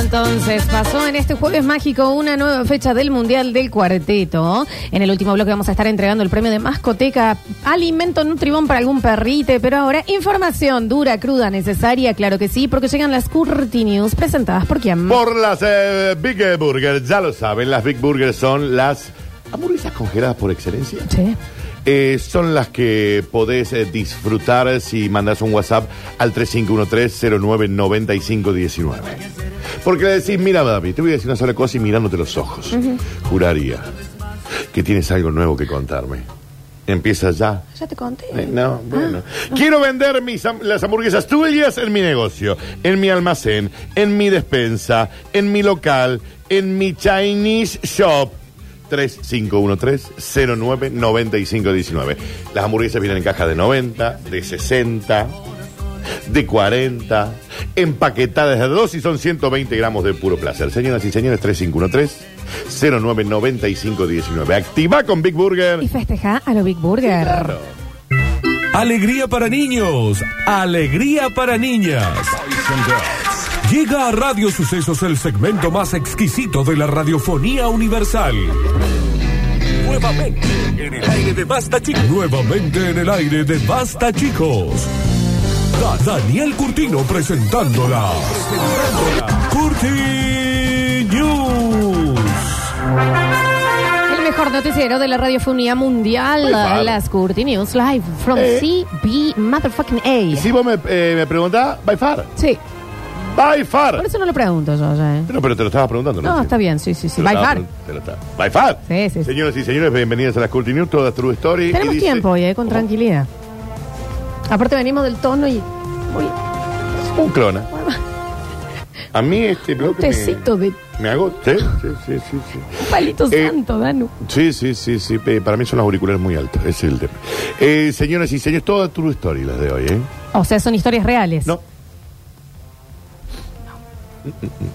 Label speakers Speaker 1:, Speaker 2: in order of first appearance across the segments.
Speaker 1: entonces. Pasó en este jueves mágico una nueva fecha del Mundial del Cuarteto. En el último bloque vamos a estar entregando el premio de mascoteca, alimento nutribón para algún perrite, pero ahora información dura, cruda, necesaria, claro que sí, porque llegan las Curti News presentadas por quién.
Speaker 2: Por las eh, Big Burgers, ya lo saben, las Big Burgers son las hamburguesas congeladas por excelencia.
Speaker 1: Sí.
Speaker 2: Eh, son las que podés eh, disfrutar si mandás un WhatsApp al 3513-099519. Porque le decís, mira, David, te voy a decir una sola cosa y mirándote los ojos. Juraría que tienes algo nuevo que contarme. Empieza ya.
Speaker 1: Ya te conté.
Speaker 2: Eh, No, bueno. Quiero vender mis ham- las hamburguesas tuyas en mi negocio, en mi almacén, en mi despensa, en mi local, en mi Chinese shop. 3513-099519. Las hamburguesas vienen en cajas de 90, de 60, de 40, empaquetadas de dos y son 120 gramos de puro placer. Señoras y señores, 3513-099519. Activa con Big Burger.
Speaker 1: Y festeja a lo Big Burger.
Speaker 2: Claro.
Speaker 3: Alegría para niños, alegría para niñas. Llega a Radio Sucesos el segmento más exquisito de la radiofonía universal. Nuevamente en el aire de Basta Chicos. Nuevamente en el aire de Basta Chicos. Da- Daniel Curtino presentándola. Curti News.
Speaker 1: El mejor noticiero de la radiofonía mundial,
Speaker 2: Muy padre.
Speaker 1: las Curti News Live from
Speaker 2: Eh.
Speaker 1: CB Motherfucking
Speaker 2: Y
Speaker 1: A.
Speaker 2: si vos me, eh, me preguntás, by far.
Speaker 1: Sí,
Speaker 2: By far.
Speaker 1: por eso no lo pregunto yo ya. ¿eh?
Speaker 2: No, pero te lo estabas preguntando, ¿no?
Speaker 1: No, está bien, sí, sí, sí.
Speaker 2: Te lo
Speaker 1: By
Speaker 2: estaba
Speaker 1: far.
Speaker 2: pregun- te lo estaba- By far.
Speaker 1: Sí, sí, sí.
Speaker 2: Señoras y señores, bienvenidos a las Curti News, toda True Story.
Speaker 1: Tenemos
Speaker 2: Y dice- Oh,
Speaker 1: tiempo hoy, eh, con
Speaker 2: ¿Cómo?
Speaker 1: tranquilidad. Aparte venimos del tono y uy,
Speaker 2: Un clona. A mí este bloque me-
Speaker 1: tecito de
Speaker 2: me, hago... Sí, sí, sí, sí, sí.
Speaker 1: palito
Speaker 2: Eh,
Speaker 1: santo, Danu.
Speaker 2: Sí, sí, sí, sí, pe- Para mí son las auriculares muy altas, ese es el tema. Eh, señoras y señores, toda True Story las de hoy, ¿eh?
Speaker 1: O sea, son historias reales.
Speaker 2: No.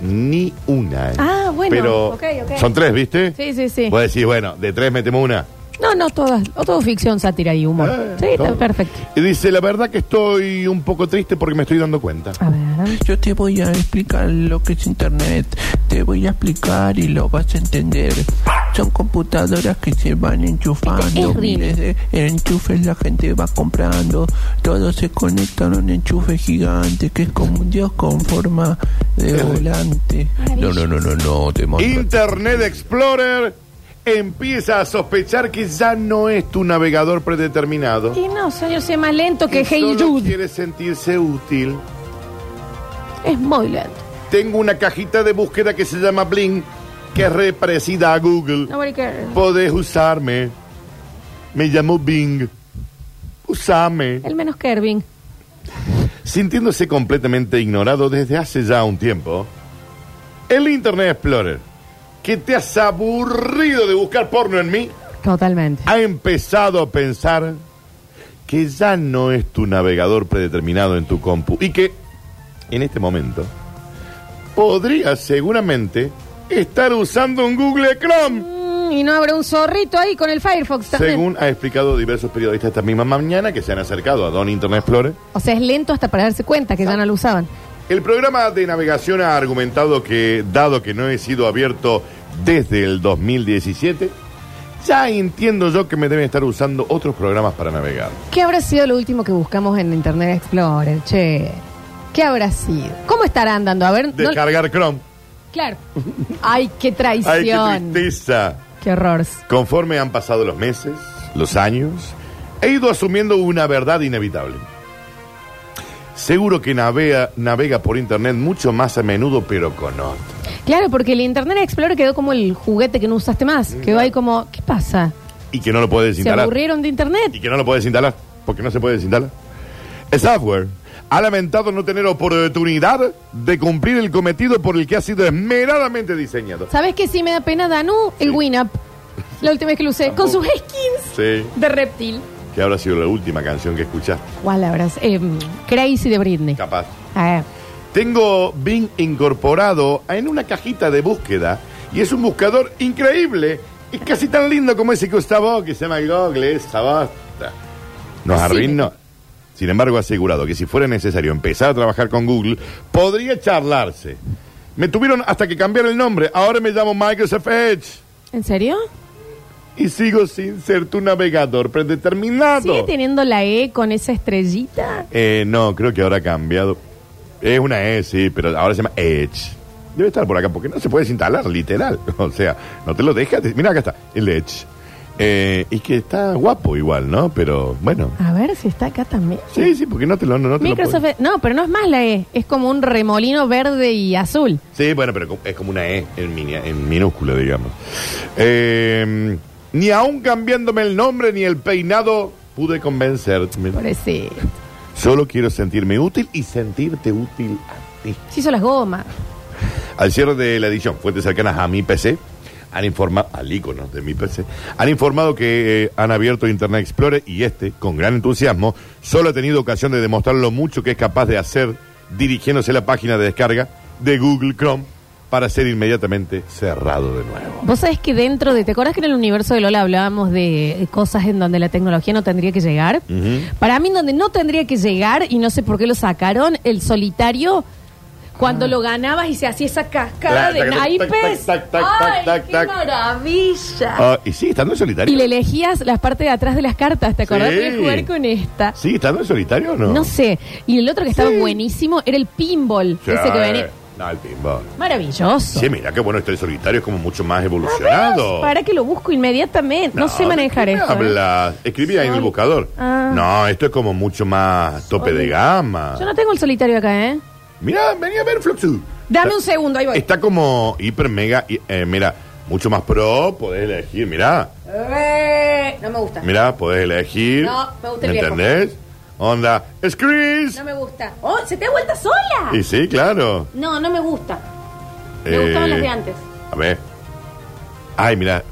Speaker 2: Ni una. ¿eh?
Speaker 1: Ah, bueno,
Speaker 2: Pero
Speaker 1: ok, ok.
Speaker 2: son tres, ¿viste?
Speaker 1: Sí, sí, sí.
Speaker 2: Vos decís, bueno, de tres metemos una.
Speaker 1: No, no todas, o todo ficción, sátira y humor.
Speaker 2: Eh,
Speaker 1: sí, está
Speaker 2: todo.
Speaker 1: perfecto.
Speaker 2: Y dice, la verdad que estoy un poco triste porque me estoy dando cuenta.
Speaker 1: A ver.
Speaker 4: Yo te voy a explicar lo que es Internet. Te voy a explicar y lo vas a entender. Son computadoras que se van
Speaker 1: Este
Speaker 4: enchufando.
Speaker 1: es Rini.
Speaker 4: Miles de enchufes la gente va comprando. Todos se conectan a un enchufe gigante que es como un dios con forma de volante. No, no, no, no, no, te mando.
Speaker 2: Internet Explorer empieza a sospechar que ya no es tu navegador predeterminado.
Speaker 1: Y no, señor, sea más lento que
Speaker 2: Y
Speaker 1: Hey
Speaker 2: solo
Speaker 1: Jude.
Speaker 2: quiere sentirse útil.
Speaker 1: Es muy lento.
Speaker 2: Tengo una cajita de búsqueda que se llama Bling, que es re parecida a Google.
Speaker 1: Nobody cares.
Speaker 2: Podés usarme. Me llamo Bing. Usame.
Speaker 1: El menos Kervin.
Speaker 2: Sintiéndose completamente ignorado desde hace ya un tiempo, el Internet Explorer, que te has aburrido de buscar porno en mí,
Speaker 1: Totalmente.
Speaker 2: ha empezado a pensar que ya no es tu navegador predeterminado en tu compu y que en este momento podría seguramente estar usando un Google Chrome.
Speaker 1: Mm, y no habrá un zorrito ahí con el Firefox también.
Speaker 2: Según ha explicado diversos periodistas esta misma mañana que se han acercado a Don Internet Explorer,
Speaker 1: O sea, es lento hasta para darse cuenta que ya no lo usaban.
Speaker 2: el programa de navegación ha argumentado que, dado que no he sido abierto desde el 2017, ya entiendo yo que me deben estar usando otros programas para navegar.
Speaker 1: ¿Qué habrá sido lo último que buscamos en Internet Explorer? Che, ¿qué habrá sido? ¿Cómo estará andando? A ver, no-
Speaker 2: Descargar Chrome.
Speaker 1: claro. Ay, qué
Speaker 2: ¡Ay, qué
Speaker 1: traición. qué,
Speaker 2: tristeza!
Speaker 1: horror.
Speaker 2: Conforme han pasado los meses, los años, he ido asumiendo una verdad inevitable. Seguro que navega, navega por internet mucho más a menudo, pero con otro.
Speaker 1: Claro, porque el Internet Explorer quedó como el juguete que no usaste
Speaker 2: Mm,
Speaker 1: más. Quedó ahí como, ¿qué pasa?
Speaker 2: Y que no lo puedes
Speaker 1: ¿Se
Speaker 2: instalar.
Speaker 1: aburrieron de
Speaker 2: Y
Speaker 1: Internet?
Speaker 2: que no lo puedes instalar, porque no se puede instalar. El software ha lamentado no tener oportunidad de cumplir el cometido por el que ha sido esmeradamente diseñado.
Speaker 1: ¿Sabes qué sí me da pena, Danu? El
Speaker 2: Sí.
Speaker 1: Winamp. La última vez que lo usé. Con sus
Speaker 2: Tampoco.
Speaker 1: skins
Speaker 2: Sí,
Speaker 1: de reptil.
Speaker 2: que habrá sido la última canción que escuchaste,
Speaker 1: ¿Cuál habrás? Em, Crazy de Britney.
Speaker 2: capaz.
Speaker 1: Ah,
Speaker 2: Tengo Bing incorporado en una cajita de búsqueda y es un buscador increíble. Es casi tan lindo como ese que usaba vos, que se llama Google, esa bosta. Nos
Speaker 1: Así
Speaker 2: arruinó. Sin embargo, ha asegurado que si fuera necesario empezar a trabajar con Google, podría charlarse. Me tuvieron hasta que cambiar el nombre. Ahora me llamo Microsoft Edge.
Speaker 1: ¿En serio?
Speaker 2: Y sigo sin ser tu navegador
Speaker 1: ¿Sigue
Speaker 2: predeterminado.
Speaker 1: teniendo la E con esa estrellita?
Speaker 2: Eh, no, creo que ahora ha cambiado. Es una E, sí, pero ahora se llama Edge. Debe estar por acá, porque no se puede desinstalar, literal. O sea, no te lo dejas. Mira, acá está, el Edge. Eh, y que está guapo igual, ¿no? Pero bueno.
Speaker 1: A ver si está acá también.
Speaker 2: Sí, sí, porque no te lo. No, no te lo
Speaker 1: Microsoft,
Speaker 2: puedo-
Speaker 1: Edge- no, pero no es más la E, es como un remolino verde y azul.
Speaker 2: Sí, bueno, pero co- es como una E en, mini- en minúscula, digamos. Eh, ni aún cambiándome el nombre ni el peinado pude convencerme.
Speaker 1: Parece.
Speaker 2: Solo quiero sentirme útil y sentirte útil a ti.
Speaker 1: Se hizo las gomas.
Speaker 2: Al cierre de la edición, fuentes cercanas a mi PC han informado, al icono de mi PC, han informado que eh, han abierto Internet Explorer y este, con gran entusiasmo, solo ha tenido ocasión de demostrar lo mucho que es capaz de hacer dirigiéndose a la página de descarga de Google Chrome para ser inmediatamente cerrado de nuevo.
Speaker 1: Vos sabés que dentro de. ¿Te acordás que en el universo de Lola hablábamos de cosas en donde la tecnología no tendría que llegar?
Speaker 2: Ujú.
Speaker 1: Para mí, en donde no tendría que llegar, y no sé por qué lo sacaron, el solitario. Cuando lo ganabas y se hacía esa cascada
Speaker 2: Ah. Claro,
Speaker 1: de
Speaker 2: tac, tac, tac,
Speaker 1: naipes.
Speaker 2: tac, tac,
Speaker 1: ¡Ay,
Speaker 2: tac,
Speaker 1: qué
Speaker 2: tac.
Speaker 1: maravilla!
Speaker 2: Ah, y sigue estando en solitario.
Speaker 1: Y le elegías las partes de atrás de las cartas, ¿te acordás?
Speaker 2: Sí.
Speaker 1: Voy a jugar con esta.
Speaker 2: ¿Sigue estando en solitario o no?
Speaker 1: No. sé. Y el otro que estaba
Speaker 2: Sí.
Speaker 1: buenísimo era el pinball.
Speaker 2: Sí.
Speaker 1: Ese que venía.
Speaker 2: eh, No, el pinball.
Speaker 1: Maravilloso.
Speaker 2: Sí, mira, qué bueno está el solitario, es como mucho más evolucionado.
Speaker 1: Para que lo busco inmediatamente. No, sé
Speaker 2: ¿de
Speaker 1: manejar
Speaker 2: qué
Speaker 1: esto. ¿eh?
Speaker 2: hablas? Escribí ahí en el
Speaker 1: Sol.
Speaker 2: buscador.
Speaker 1: Ah.
Speaker 2: No, esto es como mucho más tope
Speaker 1: Sol.
Speaker 2: de gama.
Speaker 1: Yo no tengo el solitario acá, ¿eh?
Speaker 2: Mira, vení a ver Fluxu.
Speaker 1: Dame
Speaker 2: Está-
Speaker 1: un segundo, ahí voy.
Speaker 2: Está como hiper mega, y- eh, mira, mucho más pro, podés elegir, mira,
Speaker 1: Eh, no me gusta.
Speaker 2: mira, podés elegir.
Speaker 1: No, me gusta el viejo.
Speaker 2: ¿Entendés? Onda, es Chris.
Speaker 1: No me gusta. ¡Oh, se te ha vuelta sola!
Speaker 2: Y sí, claro. Eh,
Speaker 1: No, no me gusta. Me gustaban las de antes.
Speaker 2: A ver. Ay, mira.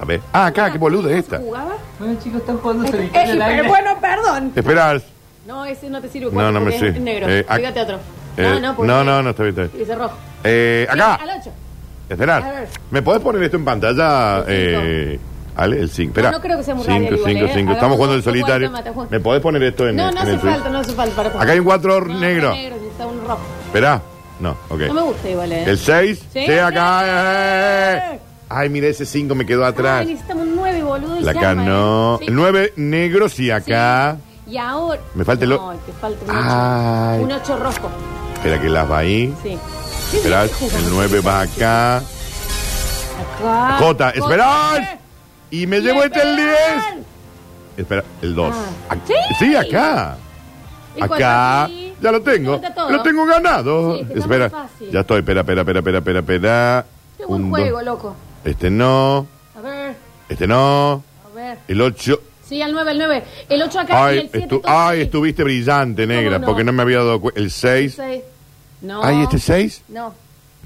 Speaker 2: A ver. Ah, acá, qué boluda es esta.
Speaker 1: ¿Jugaba?
Speaker 5: Bueno, chicos, están jugando solitario
Speaker 1: Eh,
Speaker 5: al aire.
Speaker 1: pero bueno, perdón.
Speaker 2: Esperar.
Speaker 1: No, ese no te sirve.
Speaker 2: No, no me
Speaker 1: porque es
Speaker 2: sirve.
Speaker 1: negro.
Speaker 2: Eh, ac-
Speaker 1: Fíjate otro.
Speaker 2: Eh,
Speaker 1: no, no, porque
Speaker 2: no, no, no, está bien, está bien.
Speaker 1: Dice rojo.
Speaker 2: Eh, acá.
Speaker 1: Al 8. A
Speaker 2: Esperar.
Speaker 1: ver.
Speaker 2: ¿Me podés poner esto en pantalla?
Speaker 1: El cinco.
Speaker 2: Eh, Ale, el 5. Espera.
Speaker 1: No, no creo que sea muy
Speaker 2: Cinco,
Speaker 1: radial igual,
Speaker 2: cinco,
Speaker 1: eh.
Speaker 2: cinco.
Speaker 1: Hagamos
Speaker 2: Estamos jugando
Speaker 1: un
Speaker 2: el
Speaker 1: juego,
Speaker 2: solitario.
Speaker 1: toma, te juego.
Speaker 2: ¿Me podés poner esto en
Speaker 1: No,
Speaker 2: en
Speaker 1: no hace
Speaker 2: el-
Speaker 1: falta, no hace falta. Para
Speaker 2: Acá hay un cuatro
Speaker 1: No,
Speaker 2: negro.
Speaker 1: está negro, necesita un rojo.
Speaker 2: Esperá. No, ok.
Speaker 1: No me gusta igual, ¿eh?
Speaker 2: El 6.
Speaker 1: Sí,
Speaker 2: Sí,
Speaker 1: sí.
Speaker 2: acá. eh. Ay, mira, ese 5 me quedó
Speaker 1: Ay,
Speaker 2: atrás.
Speaker 1: necesitamos un 9, boludo. y
Speaker 2: La acá
Speaker 1: llama, ¿eh?
Speaker 2: no.
Speaker 1: Sí.
Speaker 2: 9 negros y
Speaker 1: Sí.
Speaker 2: acá.
Speaker 1: Y ahora.
Speaker 2: Me falta el o-
Speaker 1: No, te falta un 8.
Speaker 2: Ay.
Speaker 1: Un 8 rojo.
Speaker 2: Espera que las va ahí.
Speaker 1: Sí.
Speaker 2: Esperá. El 9 va acá.
Speaker 1: Acá.
Speaker 2: J, esperá.
Speaker 1: Jota.
Speaker 2: Y me llevo este el 10.
Speaker 1: Esperá.
Speaker 2: Espera, el 2.
Speaker 1: Ah. Sí.
Speaker 2: Sí, acá.
Speaker 1: Y cuando
Speaker 2: Acá,
Speaker 1: así,
Speaker 2: ya lo tengo.
Speaker 1: cuenta todo.
Speaker 2: Lo tengo ganado.
Speaker 1: Sí, este está
Speaker 2: espera,
Speaker 1: muy fácil.
Speaker 2: ya estoy. Espera, espera, espera, espera, espera, espera.
Speaker 1: Qué buen
Speaker 2: Un,
Speaker 1: juego,
Speaker 2: dos.
Speaker 1: loco.
Speaker 2: Este no,
Speaker 1: A ver,
Speaker 2: este no.
Speaker 1: a ver.
Speaker 2: El 8.
Speaker 1: Sí, al 9, al 9. El 8 acá y
Speaker 2: Ay,
Speaker 1: el 7.
Speaker 2: estu- ay, estuviste brillante, negra,
Speaker 1: no?
Speaker 2: porque no me había dado cuenta. El 6.
Speaker 1: No.
Speaker 2: Ay, este 6.
Speaker 1: No.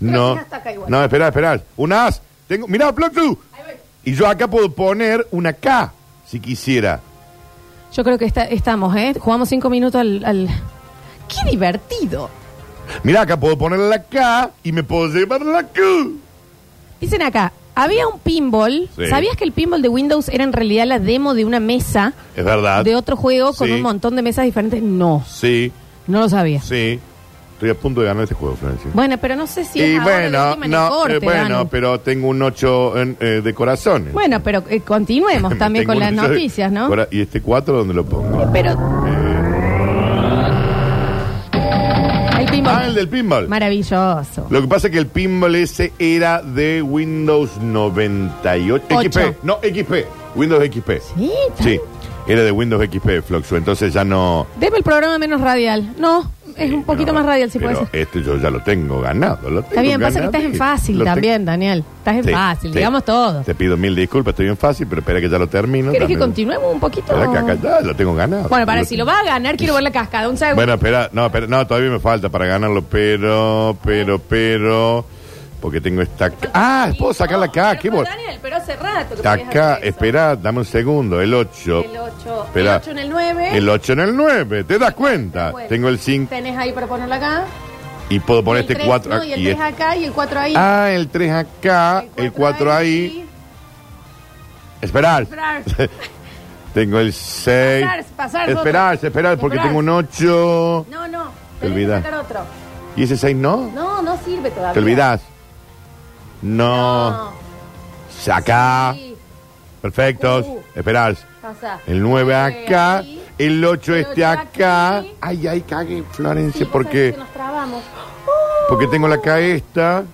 Speaker 1: Pero
Speaker 2: No.
Speaker 1: acá está acá igual.
Speaker 2: No, espera, espera. Un as. Tengo, mirá, Plotsu.
Speaker 1: Ahí voy.
Speaker 2: Y yo acá puedo poner una K, si quisiera.
Speaker 1: Yo creo que está- estamos, ¿eh? Jugamos 5 minutos al, al- ¡Qué divertido!
Speaker 2: Mirá, acá puedo poner la K y me puedo llevar la Q.
Speaker 1: Dicen acá, había un pinball.
Speaker 2: Sí.
Speaker 1: ¿Sabías que el pinball de Windows era en realidad la demo de una mesa
Speaker 2: Es verdad.
Speaker 1: de otro juego con
Speaker 2: Ah, Sí.
Speaker 1: un montón de mesas diferentes? No,
Speaker 2: Sí,
Speaker 1: no lo sabía.
Speaker 2: sí. Estoy a punto de ganar este juego, Florencia.
Speaker 1: Bueno, pero no sé si
Speaker 2: y
Speaker 1: es ahora la
Speaker 2: bueno,
Speaker 1: última en el
Speaker 2: no,
Speaker 1: corte,
Speaker 2: eh, bueno,
Speaker 1: Danu.
Speaker 2: pero tengo un 8 de corazones.
Speaker 1: Bueno, pero eh, continuemos también
Speaker 2: Tengo
Speaker 1: con
Speaker 2: un
Speaker 1: las
Speaker 2: ocho de-
Speaker 1: noticias, ¿no?
Speaker 2: Cora- ¿Y este 4 dónde lo pongo?
Speaker 1: Pero
Speaker 2: Eh,
Speaker 1: el pinball.
Speaker 2: ah, el del pinball.
Speaker 1: Maravilloso.
Speaker 2: Lo que pasa es que el pinball ese era de Windows 98.
Speaker 1: Ocho.
Speaker 2: XP. No, XP. Windows XP.
Speaker 1: Sí, tan-
Speaker 2: Sí, era de Windows XP, Fluxo. Entonces ya no... eh,
Speaker 1: Debe el programa menos radial. No, es un poquito
Speaker 2: no,
Speaker 1: más radial si puede
Speaker 2: pero
Speaker 1: ser.
Speaker 2: Este yo ya lo tengo ganado. Lo tengo
Speaker 1: Está bien, pasa que estás en
Speaker 2: ganadito.
Speaker 1: fácil
Speaker 2: Lo tengo-
Speaker 1: también, Daniel. Estás en
Speaker 2: Sí,
Speaker 1: fácil,
Speaker 2: sí.
Speaker 1: digamos todo.
Speaker 2: Te pido mil disculpas, estoy bien fácil, pero espera que ya lo termino.
Speaker 1: ¿Querés que
Speaker 2: Dame-
Speaker 1: continuemos un poquito?
Speaker 2: Espera que acá ya lo tengo ganado.
Speaker 1: Oh. Bueno, para
Speaker 2: Lo-
Speaker 1: si lo va a ganar, quiero ver la cascada. Un segundo.
Speaker 2: Bueno, espera, no, espera, no, todavía me falta para ganarlo, pero, pero, pero, porque tengo esta... ca- Ah, puedo sacarla
Speaker 1: oh,
Speaker 2: acá,
Speaker 1: Pero,
Speaker 2: qué
Speaker 1: pero,
Speaker 2: bol...
Speaker 1: Daniel, pero hace rato que podías
Speaker 2: Acá,
Speaker 1: hacer eso.
Speaker 2: espera, dame un segundo, el 8.
Speaker 1: El 8.
Speaker 2: Espera.
Speaker 1: El 8 en el 9.
Speaker 2: El 8 en el 9, ¿te das cuenta? Tengo el 5
Speaker 1: Tenés ahí para ponerlo acá.
Speaker 2: y puedo poner
Speaker 1: Y el
Speaker 2: este
Speaker 1: tres,
Speaker 2: 4
Speaker 1: no, y el 3
Speaker 2: este-
Speaker 1: acá y el 4 ahí.
Speaker 2: Ah, el 3 acá, el 4 ahí. Esperar.
Speaker 1: Esperar.
Speaker 2: tengo el 6.
Speaker 1: Pasar, pasar,
Speaker 2: Esperar,
Speaker 1: voto.
Speaker 2: esperar, porque
Speaker 1: Esperar.
Speaker 2: tengo un 8.
Speaker 1: No, no.
Speaker 2: Te
Speaker 1: tenés que
Speaker 2: olvidás.
Speaker 1: sacar otro.
Speaker 2: ¿Y ese 6 no?
Speaker 1: No, no sirve todavía.
Speaker 2: ¿Te olvidás? No.
Speaker 1: No.
Speaker 2: Sacá.
Speaker 1: Sí,
Speaker 2: Perfectos.
Speaker 1: Uh.
Speaker 2: Esperás.
Speaker 1: pasá.
Speaker 2: El 9 acá.
Speaker 1: ahí.
Speaker 2: El 8
Speaker 1: El
Speaker 2: este
Speaker 1: ocho
Speaker 2: acá.
Speaker 1: aquí.
Speaker 2: Ay, ay, cagué,
Speaker 1: Sí,
Speaker 2: Florencia,
Speaker 1: vos sabés
Speaker 2: porque,
Speaker 1: que nos trabamos.
Speaker 2: porque tengo la acá esta.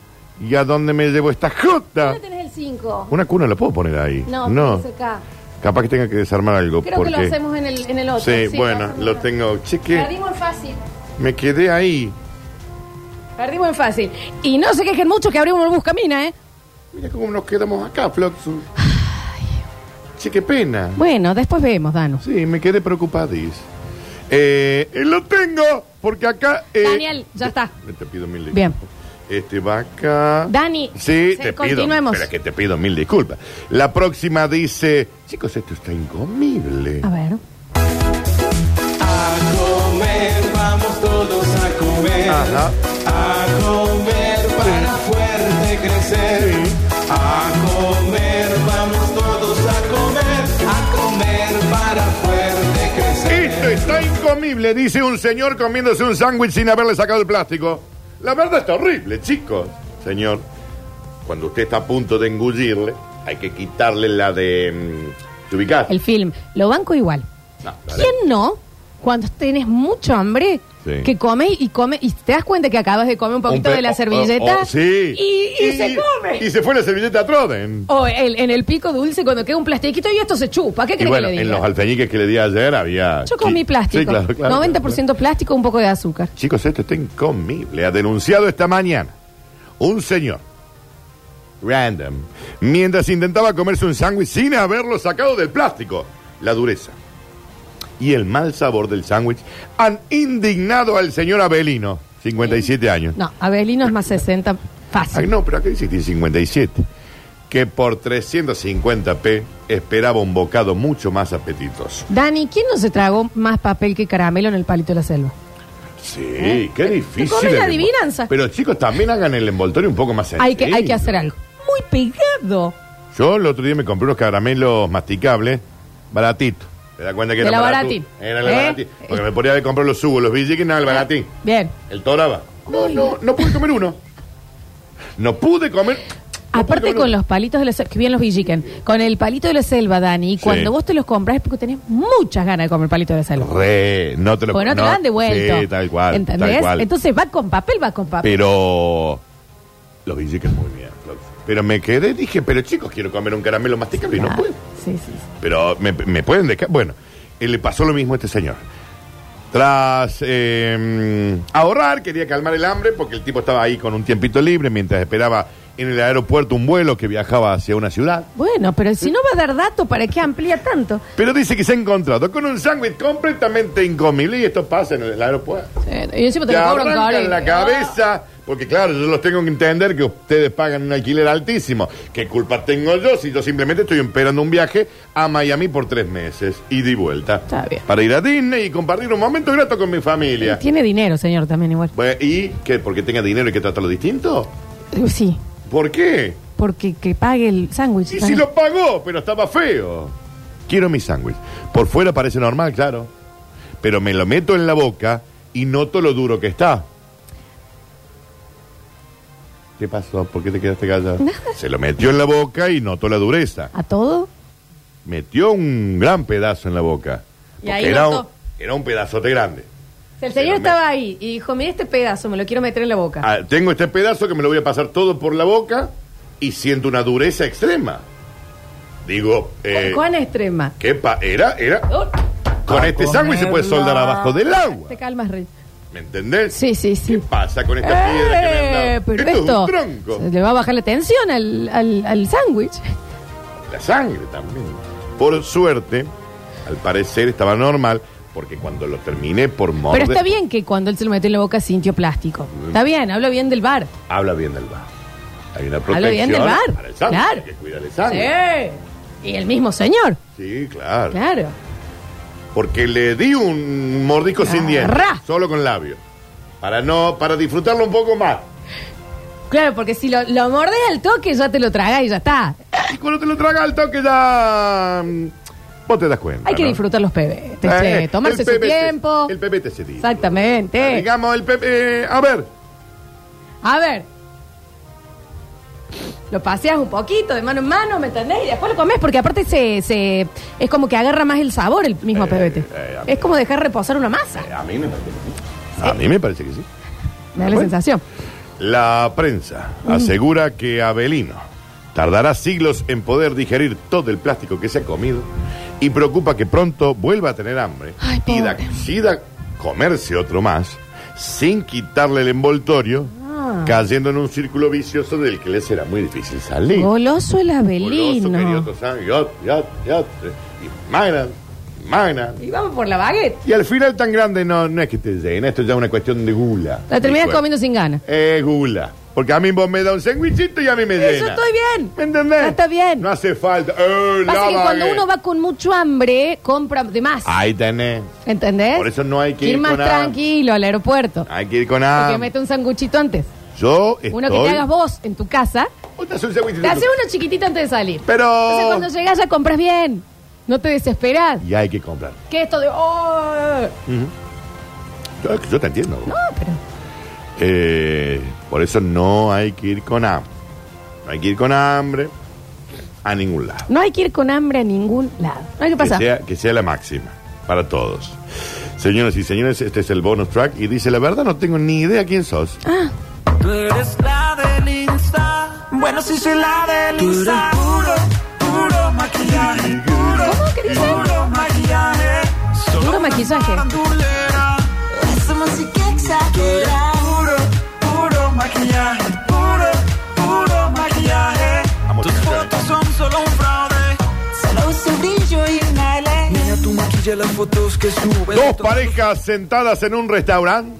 Speaker 2: ¿Y a dónde me llevo esta J?
Speaker 1: ¿Dónde tenés el 5?
Speaker 2: Una cuna la puedo poner ahí.
Speaker 1: No,
Speaker 2: no.
Speaker 1: tenés acá.
Speaker 2: Capaz que tenga que desarmar algo.
Speaker 1: Creo
Speaker 2: porque...
Speaker 1: que lo hacemos en el, en el otro.
Speaker 2: Sí,
Speaker 1: lo
Speaker 2: bueno,
Speaker 1: hacemos en
Speaker 2: lo
Speaker 1: el
Speaker 2: tengo. Che, que
Speaker 1: otro. Perdimos en fácil.
Speaker 2: me quedé ahí.
Speaker 1: Perdimos en fácil. Y no se quejen mucho que abrimos el buscamina, ¿eh?
Speaker 2: Mira cómo nos quedamos acá, Floxu. Che, qué pena.
Speaker 1: Bueno, después vemos, Danu.
Speaker 2: Sí, me quedé preocupadis. Eh, eh, lo tengo, porque acá... eh,
Speaker 1: Daniel, ya está.
Speaker 2: Te, te pido mil disculpas.
Speaker 1: Bien.
Speaker 2: Este va acá...
Speaker 1: Dani,
Speaker 2: Sí,
Speaker 1: se-
Speaker 2: te
Speaker 1: continuemos.
Speaker 2: pido... Espera, que te pido mil disculpas. La próxima dice... Chicos, esto está incomible.
Speaker 1: A ver.
Speaker 6: A comer, vamos todos a comer.
Speaker 2: Ajá.
Speaker 6: A comer para fuerte crecer. A comer, vamos todos a comer. A comer para fuerte crecer.
Speaker 2: Esto está incomible, dice un señor comiéndose un sándwich sin haberle sacado el plástico. La verdad está horrible, chicos. Señor, cuando usted está a punto de engullirle, hay que quitarle la de... mm, ¿Te ubicás?
Speaker 1: El film. Lo banco igual.
Speaker 2: No, dale.
Speaker 1: ¿Quién no? Cuando tenés mucho hambre,
Speaker 2: Sí.
Speaker 1: que comes y comes, y te das cuenta que acabas de comer un poquito
Speaker 2: pe-
Speaker 1: de la
Speaker 2: o-
Speaker 1: servilleta
Speaker 2: o- o- sí.
Speaker 1: y, y se come.
Speaker 2: Y se fue la servilleta a Troden.
Speaker 1: o el- en el pico dulce, cuando queda un plastiquito y esto se chupa. ¿Qué
Speaker 2: Y
Speaker 1: crees
Speaker 2: bueno,
Speaker 1: que le
Speaker 2: en
Speaker 1: diga?
Speaker 2: los alfeñiques que le di ayer había...
Speaker 1: Yo comí
Speaker 2: Sí,
Speaker 1: plástico.
Speaker 2: sí, claro, claro,
Speaker 1: 90%
Speaker 2: claro.
Speaker 1: plástico, un poco de azúcar.
Speaker 2: Chicos, esto está incomible. Ha denunciado esta mañana un señor, random, mientras intentaba comerse un sándwich sin haberlo sacado del plástico. La dureza y el mal sabor del sándwich han indignado al señor Abelino, 57 años.
Speaker 1: No, Abelino es más 60.
Speaker 2: Ay,
Speaker 1: Fácil.
Speaker 2: no, pero acá dice que tiene 57. Que por 350p esperaba un bocado mucho más apetitoso.
Speaker 1: Dani, ¿quién no se tragó más papel que caramelo en el palito de la selva?
Speaker 2: Sí, qué difícil.
Speaker 1: comes
Speaker 2: el
Speaker 1: ¿Eh? la
Speaker 2: envol-
Speaker 1: adivinanza.
Speaker 2: Pero chicos, también hagan el envoltorio un poco más
Speaker 1: Hay que, hay que
Speaker 2: sencillo.
Speaker 1: hacer algo. Muy pegado.
Speaker 2: Yo el otro día me compré unos caramelos masticables, baratitos. ¿Te das cuenta que
Speaker 1: De
Speaker 2: era
Speaker 1: la
Speaker 2: barato?
Speaker 1: baratín.
Speaker 2: Era la
Speaker 1: ¿Eh?
Speaker 2: baratín. Porque me podía haber comprado los subos, los billetes, no, el baratín.
Speaker 1: Bien.
Speaker 2: El toraba. No, no, no pude comer uno. No pude comer. no pude
Speaker 1: Aparte
Speaker 2: comer
Speaker 1: con
Speaker 2: uno.
Speaker 1: los palitos de la selva, que bien los villiquen, con el palito de la selva, Dani, cuando vos te los compras es porque tenés muchas ganas de comer palito de la selva.
Speaker 2: Re, no te lo
Speaker 1: Porque no te lo dan de vuelta.
Speaker 2: Sí, tal cual.
Speaker 1: ¿Entendés?
Speaker 2: Tal cual.
Speaker 1: Entonces va con papel, va con papel.
Speaker 2: Pero los billetes muy bien. Flor. Pero me quedé, dije, pero chicos, quiero comer un caramelo masticable y no
Speaker 1: Ah,
Speaker 2: puedo.
Speaker 1: Sí, sí. sí.
Speaker 2: Pero me, me pueden dejar. Bueno, eh, le pasó lo mismo a este señor. Tras eh, ahorrar, quería calmar el hambre porque el tipo estaba ahí con un tiempito libre mientras esperaba en el aeropuerto un vuelo que viajaba hacia una ciudad.
Speaker 1: Bueno, pero si no va a dar dato, ¿para qué amplía tanto?
Speaker 2: Pero dice que se ha encontrado con un sándwich completamente incomible y esto pasa en el aeropuerto.
Speaker 1: Eh, y Ah. encima te
Speaker 2: Te
Speaker 1: lo cobran
Speaker 2: arrancan
Speaker 1: caro.
Speaker 2: la cabeza porque claro, yo los tengo que entender que ustedes pagan un alquiler altísimo. ¿Qué culpa tengo yo si yo simplemente estoy esperando un viaje a Miami por tres meses, ida y vuelta?
Speaker 1: Está bien.
Speaker 2: Para ir a Disney y compartir un momento grato con mi familia.
Speaker 1: Tiene dinero, señor, también igual.
Speaker 2: Bueno, ¿Y qué? ¿Porque tenga dinero y que tratarlo distinto?
Speaker 1: Eh, Sí,
Speaker 2: ¿Por qué?
Speaker 1: porque que pague el sándwich.
Speaker 2: Y si
Speaker 1: Dani.
Speaker 2: lo pagó, pero estaba feo. Quiero mi sándwich. Por fuera parece normal, claro. Pero me lo meto en la boca y noto lo duro que está. ¿Qué pasó? ¿Por qué te quedaste callado? Se lo metió en la boca y notó la dureza.
Speaker 1: ¿A todo?
Speaker 2: Metió un gran pedazo en la boca.
Speaker 1: Y
Speaker 2: Porque
Speaker 1: ahí
Speaker 2: era,
Speaker 1: notó.
Speaker 2: un, era un pedazote grande.
Speaker 1: El
Speaker 2: Se lo
Speaker 1: señor
Speaker 2: met-
Speaker 1: estaba ahí y dijo, mira este pedazo, me lo quiero meter en la boca.
Speaker 2: Ah, tengo este pedazo que me lo voy a pasar todo por la boca y siento una dureza extrema. Digo, eh,
Speaker 1: ¿Cuán extrema?
Speaker 2: ¿qué pa- Era, era.
Speaker 1: Oh,
Speaker 2: Con este sándwich se puede soldar abajo del agua.
Speaker 1: te calmas, Rey.
Speaker 2: ¿Me entendés?
Speaker 1: Sí, sí, sí.
Speaker 2: ¿Qué pasa con esta piedra que me han
Speaker 1: Eh,
Speaker 2: dado?
Speaker 1: pero
Speaker 2: esto, es
Speaker 1: esto
Speaker 2: un tronco.
Speaker 1: se le va a bajar la tensión al, al, al sándwich.
Speaker 2: La sangre también. Por suerte, al parecer estaba normal, porque cuando lo terminé por morder...
Speaker 1: Pero está bien que cuando él se lo metió en la boca sintió plástico. Está bien, hablo bien del bar.
Speaker 2: Habla bien del bar. Hay una protección
Speaker 1: Hablo bien del bar.
Speaker 2: para el sándwich.
Speaker 1: Claro.
Speaker 2: Hay que cuidar el sándwich.
Speaker 1: Sí. Y el mismo señor.
Speaker 2: Sí, claro.
Speaker 1: Claro.
Speaker 2: Porque le di un mordisco sin dientes.
Speaker 1: Arrá.
Speaker 2: Solo con labio. Para no, para disfrutarlo un poco más.
Speaker 1: Claro, porque si lo, lo mordes al toque ya te lo tragas y ya está.
Speaker 2: Y cuando te lo traga al toque ya... mm, Vos te das cuenta,
Speaker 1: Hay que
Speaker 2: ¿no?
Speaker 1: disfrutar los pebetes,
Speaker 2: Eh,
Speaker 1: che, tomarse
Speaker 2: el
Speaker 1: su
Speaker 2: PBT,
Speaker 1: tiempo.
Speaker 2: El PBT se dice.
Speaker 1: Exactamente.
Speaker 2: Digamos, el PBT. a ver,
Speaker 1: A ver. Lo paseas un poquito de mano en mano, ¿me entendés? Y después lo comes, porque aparte se, se es como que agarra más el sabor el mismo
Speaker 2: Eh,
Speaker 1: pebete.
Speaker 2: eh, a mí-
Speaker 1: es como dejar reposar una masa.
Speaker 2: Eh, A mí me parece que sí. A mí me parece que sí.
Speaker 1: Me da la
Speaker 2: bueno.
Speaker 1: sensación.
Speaker 2: La prensa
Speaker 1: Mm.
Speaker 2: asegura que Abelino tardará siglos en poder digerir todo el plástico que se ha comido y preocupa que pronto vuelva a tener hambre
Speaker 1: Ay,
Speaker 2: y da-
Speaker 1: pobre.
Speaker 2: decida comerse otro más sin quitarle el envoltorio,
Speaker 1: Ah.
Speaker 2: cayendo en un círculo vicioso del que le será muy difícil salir.
Speaker 1: Goloso el
Speaker 2: Goloso, querido,
Speaker 1: abelino.
Speaker 2: otro sabe, y otro, y otro, y otro. Y magnan, magnan.
Speaker 1: Y vamos por la baguette.
Speaker 2: Y al final tan grande no, no es que te llena, esto ya es una cuestión de gula.
Speaker 1: La terminas
Speaker 2: Del cuerpo.
Speaker 1: comiendo sin ganas.
Speaker 2: Eh, gula. Porque a mí vos me da un sándwichito y a mí me llena.
Speaker 1: Eso estoy bien.
Speaker 2: ¿Me entendés?
Speaker 1: Ya está bien.
Speaker 2: No hace falta. Eh,
Speaker 1: Pasa
Speaker 2: la
Speaker 1: que cuando
Speaker 2: baguette.
Speaker 1: uno va con mucho hambre, compra de más.
Speaker 2: Ahí tenés.
Speaker 1: ¿Entendés?
Speaker 2: Por eso no hay que ir
Speaker 1: más
Speaker 2: con hambre.
Speaker 1: tranquilo al aeropuerto.
Speaker 2: Hay que ir con
Speaker 1: Porque
Speaker 2: hambre.
Speaker 1: mete un sanguchito antes.
Speaker 2: Yo estoy...
Speaker 1: Uno que te hagas vos en tu casa.
Speaker 2: Vos te haces un sándwichito.
Speaker 1: Te haces uno chiquitito antes de salir.
Speaker 2: Pero-
Speaker 1: Entonces cuando llegas ya compras bien. No te desesperas.
Speaker 2: Y hay que comprar.
Speaker 1: Que esto de. "Oh".
Speaker 2: Yo, yo te entiendo.
Speaker 1: No, pero.
Speaker 2: Eh, por eso no hay que ir con hambre. No hay que ir con hambre a ningún lado.
Speaker 1: No hay que ir con hambre a ningún lado. No hay que
Speaker 2: Que
Speaker 1: pasar.
Speaker 2: sea, que sea la máxima para todos. Señoras y señores, este es el bonus track y dice, la verdad no tengo ni idea quién sos.
Speaker 7: Tú eres la del Insta. Bueno, sí soy la del Insta. Puro, puro maquillaje. Puro,
Speaker 1: ¿Cómo que dice?
Speaker 7: puro maquillaje.
Speaker 1: Puro maquillaje.
Speaker 7: Bandulera.
Speaker 8: Esa música exagera.
Speaker 7: Puro, puro maquillaje. Puro, puro maquillaje.
Speaker 2: Amo
Speaker 7: Tus
Speaker 2: esta canción,
Speaker 7: fotos son solo un fraude.
Speaker 8: Solo usa un brillo y una ley.
Speaker 7: Niña, tú maquillas las fotos que subes.
Speaker 2: Dos parejas sentadas en un restaurante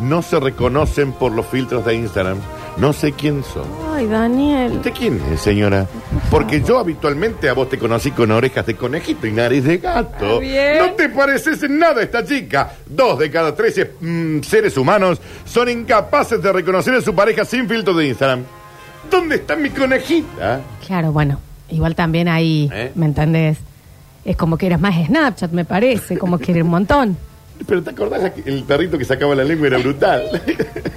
Speaker 2: no se reconocen por los filtros de Instagram. No sé quién son.
Speaker 1: Ay, Daniel.
Speaker 2: ¿Usted quién es, señora? Porque yo habitualmente a vos te conocí con orejas de conejito y nariz de gato.
Speaker 1: Está bien.
Speaker 2: No te pareces en nada a esta chica. Dos de cada tres mm, seres humanos son incapaces de reconocer a su pareja sin filtro de Instagram. ¿Dónde está mi conejita?
Speaker 1: Claro, bueno. Igual también ahí.
Speaker 2: ¿Eh?
Speaker 1: ¿Me entendés? Es como que eras más Snapchat, me parece. Como que era un montón.
Speaker 2: Pero ¿te acordás la que- el perrito que sacaba la lengua era brutal?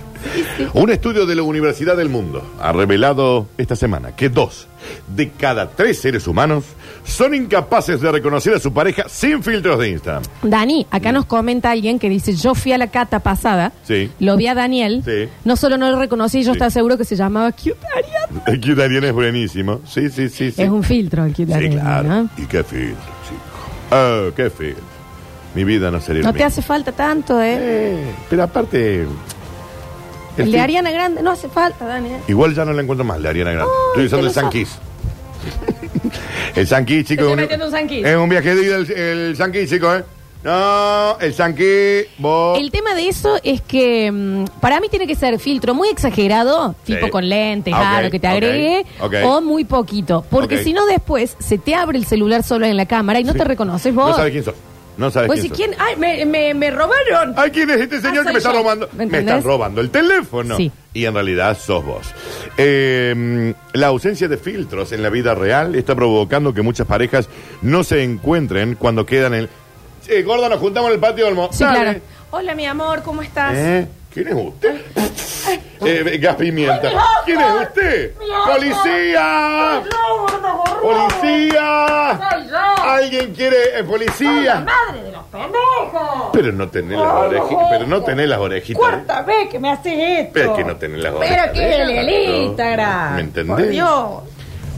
Speaker 2: Un estudio de la Universidad del Mundo ha revelado esta semana que dos de cada tres seres humanos son incapaces de reconocer a su pareja sin filtros de Instagram.
Speaker 1: Dani, acá nos comenta alguien que dice, yo fui a la cata pasada,
Speaker 2: Sí.
Speaker 1: lo vi a Daniel,
Speaker 2: Sí.
Speaker 1: no solo no lo reconocí, yo
Speaker 2: Sí.
Speaker 1: estaba seguro que se llamaba Cute Ariana.
Speaker 2: El cute Ariana es buenísimo. Sí, sí, sí. sí.
Speaker 1: Es un filtro el Cute
Speaker 2: Sí,
Speaker 1: Ariana,
Speaker 2: claro.
Speaker 1: ¿no?
Speaker 2: Y qué filtro, chico. Ah, qué filtro. Mi vida no sería
Speaker 1: No
Speaker 2: la
Speaker 1: te
Speaker 2: misma.
Speaker 1: hace falta tanto, ¿eh?
Speaker 2: Eh, pero aparte... el
Speaker 1: El de
Speaker 2: fil-
Speaker 1: Ariana Grande, no hace falta, Dani. ¿eh?
Speaker 2: Igual ya no la encuentro más, la Ariana Grande. Estoy usando
Speaker 1: te
Speaker 2: el
Speaker 1: lo
Speaker 2: Sanquis. el Sanquis, chico.
Speaker 1: Te
Speaker 2: es
Speaker 1: estoy metiendo un Sanquis.
Speaker 2: Es un viaje de ida el, el Sanquis, chico, ¿eh? No, el Sanquis, vos.
Speaker 1: El tema de eso es que mm, para mí tiene que ser filtro muy exagerado,
Speaker 2: Sí.
Speaker 1: tipo con lentes,
Speaker 2: Ah, ok,
Speaker 1: claro, que te
Speaker 2: ok,
Speaker 1: agregue,
Speaker 2: ok.
Speaker 1: o muy poquito. Porque
Speaker 2: Ok.
Speaker 1: si no, después se te abre el celular solo en la cámara y no te reconoces vos.
Speaker 2: No sabes quién soy. No sabes
Speaker 1: Vos
Speaker 2: quién
Speaker 1: decís,
Speaker 2: soy.
Speaker 1: ¿quién? ¡Ay, me, me- me robaron!
Speaker 2: Ay, ¿quién es este señor
Speaker 1: Ah,
Speaker 2: que me
Speaker 1: soy
Speaker 2: está
Speaker 1: yo.
Speaker 2: robando?
Speaker 1: ¿Me
Speaker 2: Me,
Speaker 1: entendés?
Speaker 2: están robando el teléfono.
Speaker 1: Sí.
Speaker 2: Y en realidad sos vos. Eh, la ausencia de filtros en la vida real está provocando que muchas parejas no se encuentren cuando quedan en... Che, gorda, nos juntamos en el patio del... mo-
Speaker 1: Sí,
Speaker 2: Dale.
Speaker 1: claro. Hola, mi amor, ¿cómo estás?
Speaker 2: ¿Eh? ¿Quién es usted? Eh, gas pimienta. ¿Quién es usted? ¡Policía! ¡Policía! ¿Alguien quiere eh, policía?
Speaker 9: ¡Madre de los pendejos!
Speaker 2: Pero no tenés las orejitas. Pero no tenés las orejitas. ¿eh?
Speaker 9: ¡Cuarta vez que me haces esto!
Speaker 2: Pero es que no tenés las orejas.
Speaker 9: Pero que el
Speaker 2: No,
Speaker 9: Instagram.
Speaker 2: ¿Me
Speaker 9: Por
Speaker 2: entendés?
Speaker 9: Dios.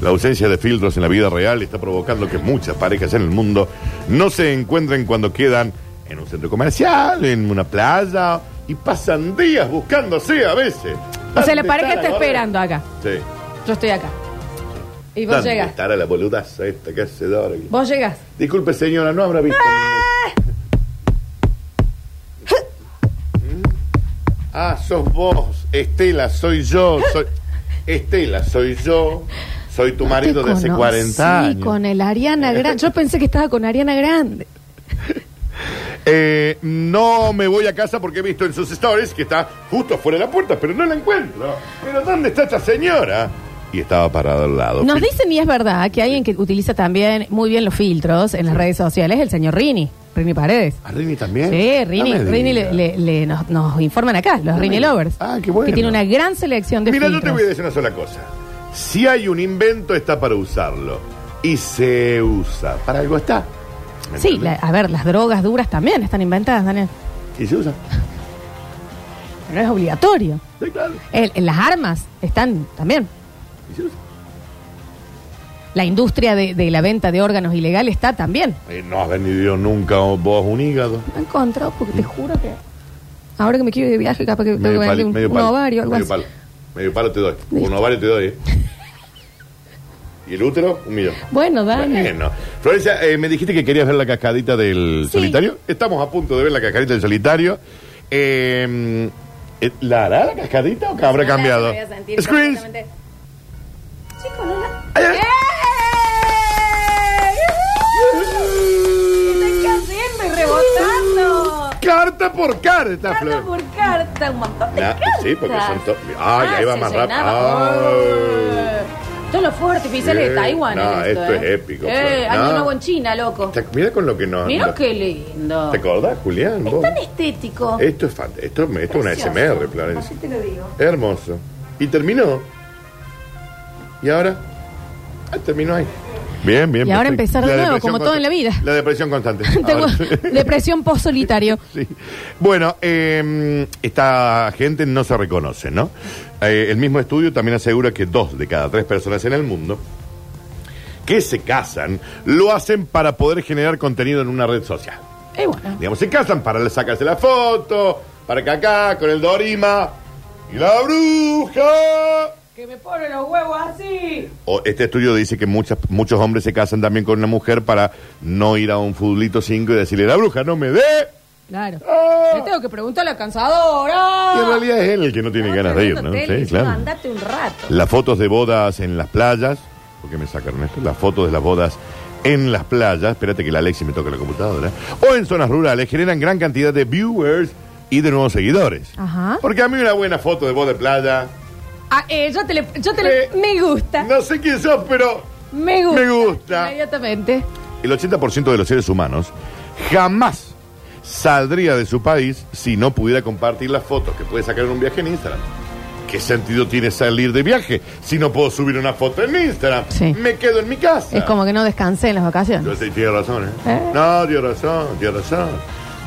Speaker 2: La ausencia de filtros en la vida real está provocando que muchas parejas en el mundo no se encuentren cuando quedan en un centro comercial, en una playa y pasan días buscándose a veces.
Speaker 1: O sea, la
Speaker 2: ¿Dónde
Speaker 1: pareja está
Speaker 2: está la gorda?
Speaker 1: esperando acá.
Speaker 2: Sí.
Speaker 1: Yo estoy acá. Y vos
Speaker 2: ¿Dónde
Speaker 1: llegas.
Speaker 2: estará la boludaza esta que hace de ahora?
Speaker 1: Vos llegas.
Speaker 2: Disculpe, señora, no habrá visto. Ah, sos vos. Estela, soy yo. Soy... Estela, soy yo. Soy tu marido de hace 40
Speaker 1: Sí,
Speaker 2: años.
Speaker 1: con el Ariana Grande. Yo pensé que estaba con Ariana Grande.
Speaker 2: Eh, no me voy a casa porque he visto en sus stories que está justo afuera de la puerta, pero no la encuentro. ¿Pero dónde está esta señora? Y estaba parada al lado.
Speaker 1: Nos
Speaker 2: Fil-
Speaker 1: dicen, y es verdad, que alguien que utiliza también muy bien los filtros en las redes sociales es el señor Rini. Rini Paredes.
Speaker 2: ¿A Rini también?
Speaker 1: Sí,
Speaker 2: Ah, No
Speaker 1: Rini,
Speaker 2: me
Speaker 1: Rini le-
Speaker 2: digas.
Speaker 1: le- le- nos, nos informan acá, los
Speaker 2: No
Speaker 1: Rini
Speaker 2: me-
Speaker 1: Lovers.
Speaker 2: Ah, qué bueno.
Speaker 1: Que tiene una gran selección de
Speaker 2: Mira, yo te
Speaker 1: filtros.
Speaker 2: voy a decir una sola cosa. Si hay un invento, está para usarlo. Y se usa. Para algo está. ¿Me
Speaker 1: Sí, la-
Speaker 2: entendés?
Speaker 1: a ver, las drogas duras también están inventadas, Daniel.
Speaker 2: Y se usa.
Speaker 1: No es obligatorio.
Speaker 2: Sí, claro.
Speaker 1: El- las armas están también.
Speaker 2: Y se usa.
Speaker 1: La industria de, de la venta de órganos ilegales está también.
Speaker 2: Eh, no has vendido nunca vos un hígado.
Speaker 1: No he encontrado, porque te juro que. Ahora que me quiero ir de viaje, capaz que tengo que vender
Speaker 2: palo,
Speaker 1: un,
Speaker 2: medio
Speaker 1: un
Speaker 2: palo,
Speaker 1: ovario, algo
Speaker 2: medio
Speaker 1: así.
Speaker 2: Palo. Medio palo te doy. Un
Speaker 1: Listo.
Speaker 2: ovario te doy, ¿eh? ¿Y el útero? Un millón.
Speaker 1: Bueno, Dani.
Speaker 2: Bueno. Florencia, eh, me dijiste que querías ver la cascadita del
Speaker 1: Sí.
Speaker 2: solitario. Estamos a punto de ver la cascadita del solitario. Eh, eh, ¿La hará la cascadita o que habrá cambiado? Screens.
Speaker 1: Chicos, no la.
Speaker 2: Ay, ay.
Speaker 1: ¿Qué haciendo y rebotando?
Speaker 2: Carta por carta,
Speaker 1: Carta
Speaker 2: Flor.
Speaker 1: por carta, un montón de
Speaker 2: Nah, pues
Speaker 1: cartas. Ah,
Speaker 2: sí, porque son to- Ay, ahí va
Speaker 1: se
Speaker 2: más rápido.
Speaker 1: llenaba.
Speaker 2: Ay.
Speaker 1: Todos los fuegos artificiales de
Speaker 2: Eh,
Speaker 1: Taiwán.
Speaker 2: no,
Speaker 1: es esto,
Speaker 2: esto es
Speaker 1: eh.
Speaker 2: épico,
Speaker 1: Eh,
Speaker 2: Flor,
Speaker 1: año
Speaker 2: no.
Speaker 1: nuevo en China, loco.
Speaker 2: Te- Mira con lo que nos.
Speaker 1: Mirá
Speaker 2: nos-
Speaker 1: qué lindo.
Speaker 2: ¿Te Eh, acordás, Julián?
Speaker 1: Es
Speaker 2: vos?
Speaker 1: tan estético.
Speaker 2: Esto es, fan- esto, es- esto es una
Speaker 1: Precioso.
Speaker 2: SMR, Florencia. Hermoso. Y terminó. ¿Y ahora? Ah, terminó ahí. Bien, bien.
Speaker 1: Y ahora
Speaker 2: perfecto.
Speaker 1: empezar de
Speaker 2: La
Speaker 1: nuevo,
Speaker 2: depresión
Speaker 1: como todo en la vida.
Speaker 2: La depresión constante.
Speaker 1: Tengo
Speaker 2: Ahora-
Speaker 1: depresión post-solitario.
Speaker 2: Sí. Bueno, eh, esta gente no se reconoce, ¿no? Eh, el mismo estudio también asegura que dos de cada tres personas en el mundo que se casan lo hacen para poder generar contenido en una red social.
Speaker 1: Y bueno.
Speaker 2: Digamos, se casan para sacarse la foto, para que acá, con el Dorima y la bruja.
Speaker 9: Que me pone los huevos así.
Speaker 2: O este estudio dice que muchas, muchos hombres se casan también con una mujer para no ir a un futbolito 5 y decirle, la bruja no me dé.
Speaker 1: Claro.
Speaker 2: Ah.
Speaker 1: Le tengo que preguntar a la cansadora.
Speaker 2: Y en realidad es él el que no tiene ganas de ir, ¿no? Sí, claro.
Speaker 1: Andate un rato.
Speaker 2: Las fotos de bodas en las playas. ¿Por qué me sacaron esto? Las fotos de las bodas en las playas. Espérate que la Alexi me toque la computadora. O en zonas rurales generan gran cantidad de viewers y de nuevos seguidores.
Speaker 1: Ajá.
Speaker 2: Porque a mí una buena foto de boda de playa.
Speaker 1: Ah, eh, yo te le. Yo te le
Speaker 2: Eh,
Speaker 1: me gusta.
Speaker 2: No sé quién sos, pero
Speaker 1: Me gusta.
Speaker 2: Me gusta.
Speaker 1: Inmediatamente.
Speaker 2: el 80% de los seres humanos jamás saldría de su país si no pudiera compartir las fotos que puede sacar en un viaje en Instagram. ¿Qué sentido tiene salir de viaje si no puedo subir una foto en Instagram?
Speaker 1: Sí.
Speaker 2: Me quedo en mi casa.
Speaker 1: Es como que no descansé en las
Speaker 2: Yo
Speaker 1: vacaciones.
Speaker 2: sé, tiene razón, ¿eh?
Speaker 1: ¿Eh?
Speaker 2: No, tiene razón, tiene razón.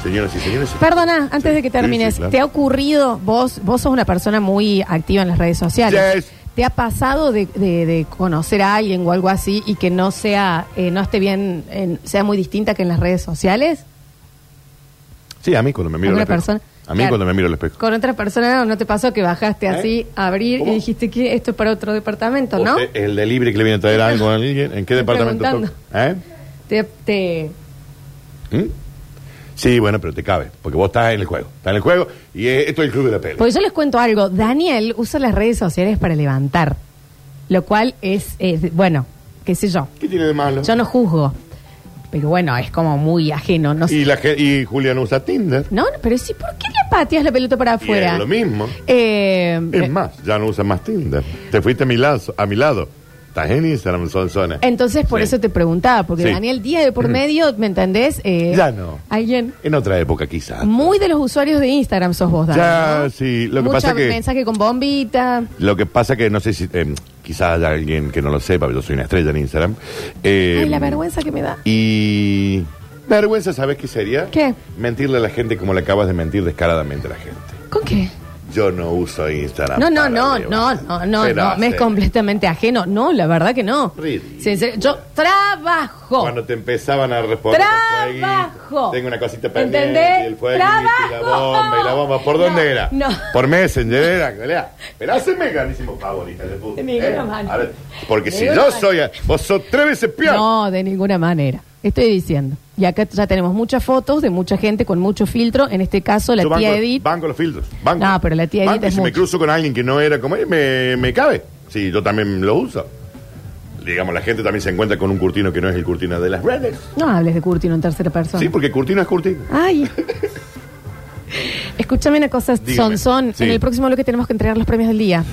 Speaker 2: Señoras y señores.
Speaker 1: Perdona, antes
Speaker 2: Sí,
Speaker 1: de que
Speaker 2: sí,
Speaker 1: termines,
Speaker 2: sí, claro.
Speaker 1: ¿te ha ocurrido, vos, vos sos una persona muy activa en las redes sociales?
Speaker 2: Yes.
Speaker 1: ¿Te ha pasado de, de- de conocer a alguien o algo así y que no sea, eh, no esté bien, en- sea muy distinta que en las redes sociales?
Speaker 2: Sí, a mí cuando me miro al
Speaker 1: ¿Alguna
Speaker 2: espejo.
Speaker 1: persona?
Speaker 2: A mí
Speaker 1: Claro.
Speaker 2: cuando me miro al espejo.
Speaker 1: Con otra persona no te pasó que bajaste así
Speaker 2: ¿Eh?
Speaker 1: a abrir
Speaker 2: ¿Cómo?
Speaker 1: y dijiste que esto es para otro departamento, ¿no?
Speaker 2: Usted, El de libre que le viene a traer algo a alguien. ¿En qué
Speaker 1: Estoy
Speaker 2: departamento toca?
Speaker 1: preguntando.
Speaker 2: ¿Eh?
Speaker 1: Te, te-
Speaker 2: ¿Mm? Sí, bueno, pero te cabe, porque vos estás en el juego. Estás en el juego y eh, esto es el club de la peli.
Speaker 1: Porque yo les cuento algo, Daniel usa las redes sociales para levantar, lo cual es, es bueno, qué sé yo,
Speaker 2: ¿Qué tiene de malo?
Speaker 1: Yo no juzgo. Pero bueno, es como muy ajeno, no sé.
Speaker 2: Y, la, ge- y Julián usa Tinder.
Speaker 1: No, no, pero sí, ¿por qué le pateas la pelota para
Speaker 2: Y
Speaker 1: afuera?
Speaker 2: es lo mismo.
Speaker 1: Eh, eh,
Speaker 2: Es más, ya no usa más Tinder. Te fuiste a mi, lazo- a mi lado. Estás en Instagram, son zonas.
Speaker 1: Entonces, por
Speaker 2: Sí.
Speaker 1: eso te preguntaba, porque
Speaker 2: Sí. Mm.
Speaker 1: Daniel, día de por medio, ¿me entendés? Eh,
Speaker 2: Ya no.
Speaker 1: Alguien.
Speaker 2: En otra época, quizás.
Speaker 1: Muy de los usuarios de Instagram sos vos, Daniel.
Speaker 2: Ya,
Speaker 1: ¿no?
Speaker 2: sí, lo que
Speaker 1: Mucha
Speaker 2: pasa que-
Speaker 1: mensaje con bombita.
Speaker 2: Lo que pasa que no sé si. eh, quizás haya alguien que no lo sepa, pero yo soy una estrella en Instagram. Eh,
Speaker 1: Ay, la vergüenza que me da.
Speaker 2: Y. Vergüenza, ¿sabes qué sería?
Speaker 1: ¿Qué?
Speaker 2: Mentirle a la gente como le acabas de mentir descaradamente a la gente.
Speaker 1: ¿Con qué?
Speaker 2: Yo no uso Instagram.
Speaker 1: No, no,
Speaker 2: para
Speaker 1: no, no,
Speaker 2: levantar.
Speaker 1: no, no,
Speaker 2: Pero
Speaker 1: no, me es
Speaker 2: hace-
Speaker 1: completamente ajeno. No, la verdad que no.
Speaker 2: Ridículo.
Speaker 1: Sí, en serio, yo trabajo.
Speaker 2: Cuando te empezaban a responder. con fueguito,
Speaker 1: Trabajo.
Speaker 2: Tengo una cosita pendiente.
Speaker 1: ¿Entendés?
Speaker 2: y el fueguito, y la
Speaker 1: Trabajo.
Speaker 2: bomba, y la bomba. ¿Por
Speaker 1: No,
Speaker 2: dónde era?
Speaker 1: no.
Speaker 2: Por Messenger era. colega. Pero haceme grandísimo favor, hija de puta.
Speaker 1: De ninguna
Speaker 2: ¿eh?
Speaker 1: manera.
Speaker 2: A ver, porque
Speaker 1: De
Speaker 2: si
Speaker 1: ninguna
Speaker 2: yo soy. Vos sos tres veces peor.
Speaker 1: No, de ninguna manera. Estoy diciendo. Y acá ya tenemos muchas fotos de mucha gente con mucho filtro. En este caso, la
Speaker 2: Yo banco,
Speaker 1: tía Edith.
Speaker 2: banco los filtros. Banco.
Speaker 1: No, pero la tía Edith
Speaker 2: Banco, y
Speaker 1: es
Speaker 2: Si me
Speaker 1: mucho.
Speaker 2: cruzo con alguien que no era como él, me, me cabe. Sí, yo también lo uso. Digamos, la gente también se encuentra con un curtino que no es el curtino de las redes.
Speaker 1: No hables de Curtino en tercera persona.
Speaker 2: Sí, pues. porque curtino es curtino.
Speaker 1: Ay. Escúchame una cosa,
Speaker 2: Dígame.
Speaker 1: Son Son.
Speaker 2: Sí.
Speaker 1: En el próximo bloque tenemos que entregar los premios del día.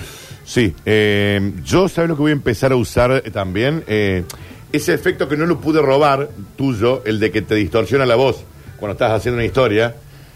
Speaker 2: Sí, eh, yo sabes lo que voy a empezar a usar eh, también. Eh, ese efecto que no lo pude robar tuyo, el de que te distorsiona la voz. cuando estás haciendo una historia.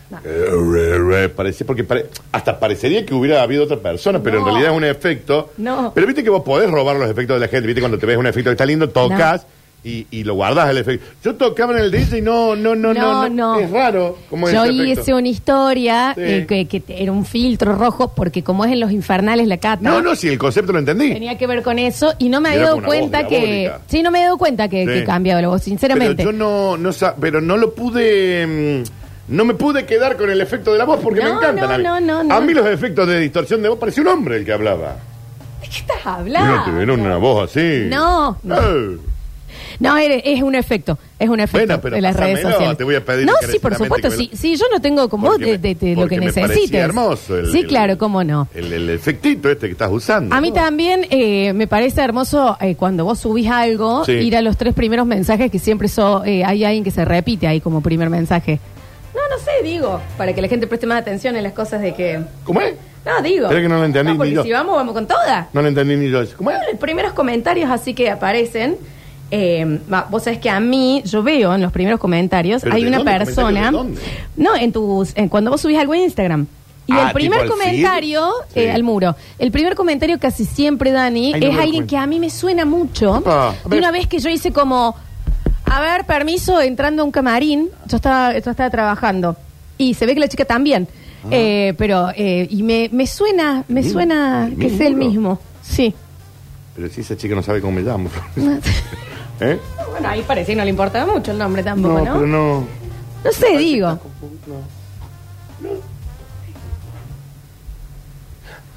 Speaker 1: No.
Speaker 2: eh, re, re, parece- porque pare- hasta parecería que hubiera habido otra persona, pero en
Speaker 1: No.
Speaker 2: realidad es un efecto.
Speaker 1: No.
Speaker 2: Pero viste que vos podés robar los efectos de la gente. Viste cuando te ves un efecto que está lindo, tocas y, y lo guardás el efecto. Yo tocaba en el DJ y no, no, no, no. Es raro. ¿Cómo es
Speaker 1: Yo
Speaker 2: ese efecto?
Speaker 1: hice una historia
Speaker 2: Sí.
Speaker 1: eh, que, que era un filtro rojo, porque como es en los infernales la cata.
Speaker 2: No, no, si el concepto lo entendí.
Speaker 1: Tenía que ver con eso y no me había
Speaker 2: Era
Speaker 1: dado
Speaker 2: como una voz
Speaker 1: cuenta que.
Speaker 2: diabólica.
Speaker 1: Sí, no me había dado cuenta que,
Speaker 2: Sí.
Speaker 1: que cambiaba la voz, sinceramente.
Speaker 2: Pero yo no, no sa- pero no lo pude. mm, No me pude quedar con el efecto de la voz porque me
Speaker 1: No,
Speaker 2: encantan.
Speaker 1: no,
Speaker 2: a mí.
Speaker 1: no, no, no.
Speaker 2: A mí los efectos de distorsión de voz parecía un hombre el que hablaba.
Speaker 1: ¿De qué estás
Speaker 2: No
Speaker 1: hablando?
Speaker 2: tuvieron una voz así.
Speaker 1: No, no.
Speaker 2: Eh,
Speaker 1: No, eres- es un efecto, es un efecto
Speaker 2: Bueno, pero
Speaker 1: de las redes
Speaker 2: pásamelo,
Speaker 1: sociales.
Speaker 2: te voy a pedir
Speaker 1: no, sí,
Speaker 2: encarecidamente
Speaker 1: por supuesto,
Speaker 2: que me lo-
Speaker 1: sí, sí, yo no tengo como vos
Speaker 2: porque
Speaker 1: de,
Speaker 2: me-
Speaker 1: de- de lo
Speaker 2: porque
Speaker 1: que
Speaker 2: me parecía
Speaker 1: necesites.
Speaker 2: hermoso. el-
Speaker 1: sí,
Speaker 2: el-
Speaker 1: claro, cómo no.
Speaker 2: El, el efectito este que estás usando.
Speaker 1: A mí también eh, me parece hermoso eh, cuando vos subís algo,
Speaker 2: Sí.
Speaker 1: ir a los tres primeros mensajes que siempre so, eh, hay alguien que se repite ahí como primer mensaje. No, no sé, digo, para que la gente preste más atención en las cosas de que...
Speaker 2: ¿Cómo es?
Speaker 1: No, digo.
Speaker 2: Espera que no lo entendí
Speaker 1: porque
Speaker 2: ni yo.
Speaker 1: si vamos, vamos con toda.
Speaker 2: No lo entendí ni yo. ¿Cómo es?
Speaker 1: Bueno, los primeros comentarios así que aparecen. eh, va, vos sabés que a mí, yo veo en los primeros comentarios,
Speaker 2: ¿Pero
Speaker 1: hay
Speaker 2: de
Speaker 1: una
Speaker 2: dónde?
Speaker 1: persona.
Speaker 2: ¿Comentarios de
Speaker 1: No, en tus. en cuando vos subís algo en Instagram. Y
Speaker 2: Ah,
Speaker 1: el primer
Speaker 2: tipo al feed.
Speaker 1: comentario,
Speaker 2: Sí.
Speaker 1: eh, al muro, el primer comentario casi siempre, Dani,
Speaker 2: Ay, no me
Speaker 1: es
Speaker 2: doy
Speaker 1: alguien
Speaker 2: cuenta.
Speaker 1: que a mí me suena mucho.
Speaker 2: Epa, a
Speaker 1: de
Speaker 2: ver.
Speaker 1: una vez que yo hice como, a ver, permiso, entrando a un camarín, yo estaba, yo estaba trabajando. Y se ve que la chica también.
Speaker 2: Ah.
Speaker 1: Eh, pero, eh, y me, me suena, me
Speaker 2: mismo?
Speaker 1: suena
Speaker 2: ¿El
Speaker 1: que es
Speaker 2: mismo
Speaker 1: el
Speaker 2: muro?
Speaker 1: mismo. Sí.
Speaker 2: Pero si esa chica no sabe cómo me llamo. ¿Eh?
Speaker 1: Bueno, ahí parece que no le importaba mucho el nombre tampoco,
Speaker 2: No,
Speaker 1: ¿no?
Speaker 2: pero
Speaker 1: No,
Speaker 2: no.
Speaker 1: sé, digo.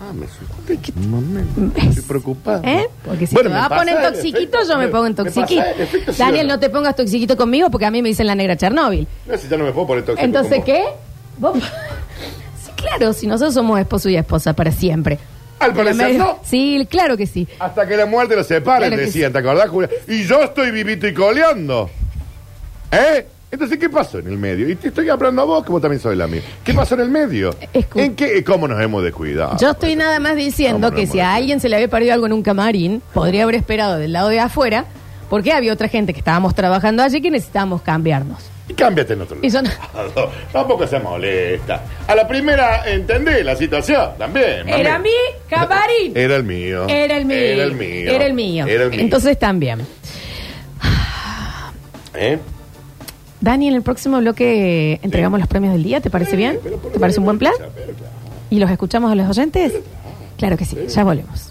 Speaker 2: Ah, me asusté. Un momento. Estoy preocupado.
Speaker 1: ¿Eh? Porque si
Speaker 2: Bueno,
Speaker 1: te
Speaker 2: me
Speaker 1: va a
Speaker 2: pasa
Speaker 1: poner
Speaker 2: el
Speaker 1: toxiquito,
Speaker 2: efecto,
Speaker 1: yo me
Speaker 2: me-
Speaker 1: pongo en
Speaker 2: me pasa
Speaker 1: toxiquito.
Speaker 2: el efecto, sí,
Speaker 1: Daniel,
Speaker 2: ¿o no?
Speaker 1: no te pongas toxiquito conmigo porque a mí me dicen la negra Chernóbil.
Speaker 2: No, si ya no me puedo poner tóxico.
Speaker 1: Entonces,
Speaker 2: con vos.
Speaker 1: ¿qué? ¿Vos? Sí, claro, si nosotros somos esposo y esposa para siempre.
Speaker 2: Al parecer no.
Speaker 1: Sí, claro que sí.
Speaker 2: Hasta que la muerte los separe,
Speaker 1: Claro que
Speaker 2: decían, ¿te acordás, Julia? Y yo estoy vivito y coleando. ¿Eh? Entonces, ¿qué pasó en el medio? Y te estoy hablando a vos, como también soy la mía. ¿Qué pasó en el medio?
Speaker 1: Escu-
Speaker 2: ¿En qué, ¿Cómo nos hemos descuidado?
Speaker 1: Yo estoy nada más diciendo
Speaker 2: Vámonos,
Speaker 1: que si a
Speaker 2: vámonos.
Speaker 1: alguien se le había perdido algo en un camarín, podría haber esperado del lado de afuera, porque había otra gente que estábamos trabajando allí que necesitábamos cambiarnos.
Speaker 2: Y cámbiate en otro
Speaker 1: Y yo
Speaker 2: lugar.
Speaker 1: no-
Speaker 2: Tampoco se molesta. A la primera entendí la situación también. mami.
Speaker 1: Era mi camarín.
Speaker 2: Era el mío.
Speaker 1: Era el mío.
Speaker 2: Ah, Era el mío.
Speaker 1: Era el mío.
Speaker 2: Era el mío.
Speaker 1: Entonces también.
Speaker 2: ¿Eh?
Speaker 1: Dani, en el próximo bloque eh, entregamos los premios del día, ¿te parece bien?
Speaker 2: pero por
Speaker 1: ¿Te parece un buen plan?
Speaker 2: Pero claro.
Speaker 1: ¿Y los escuchamos a los oyentes? Claro que sí, ya volvemos.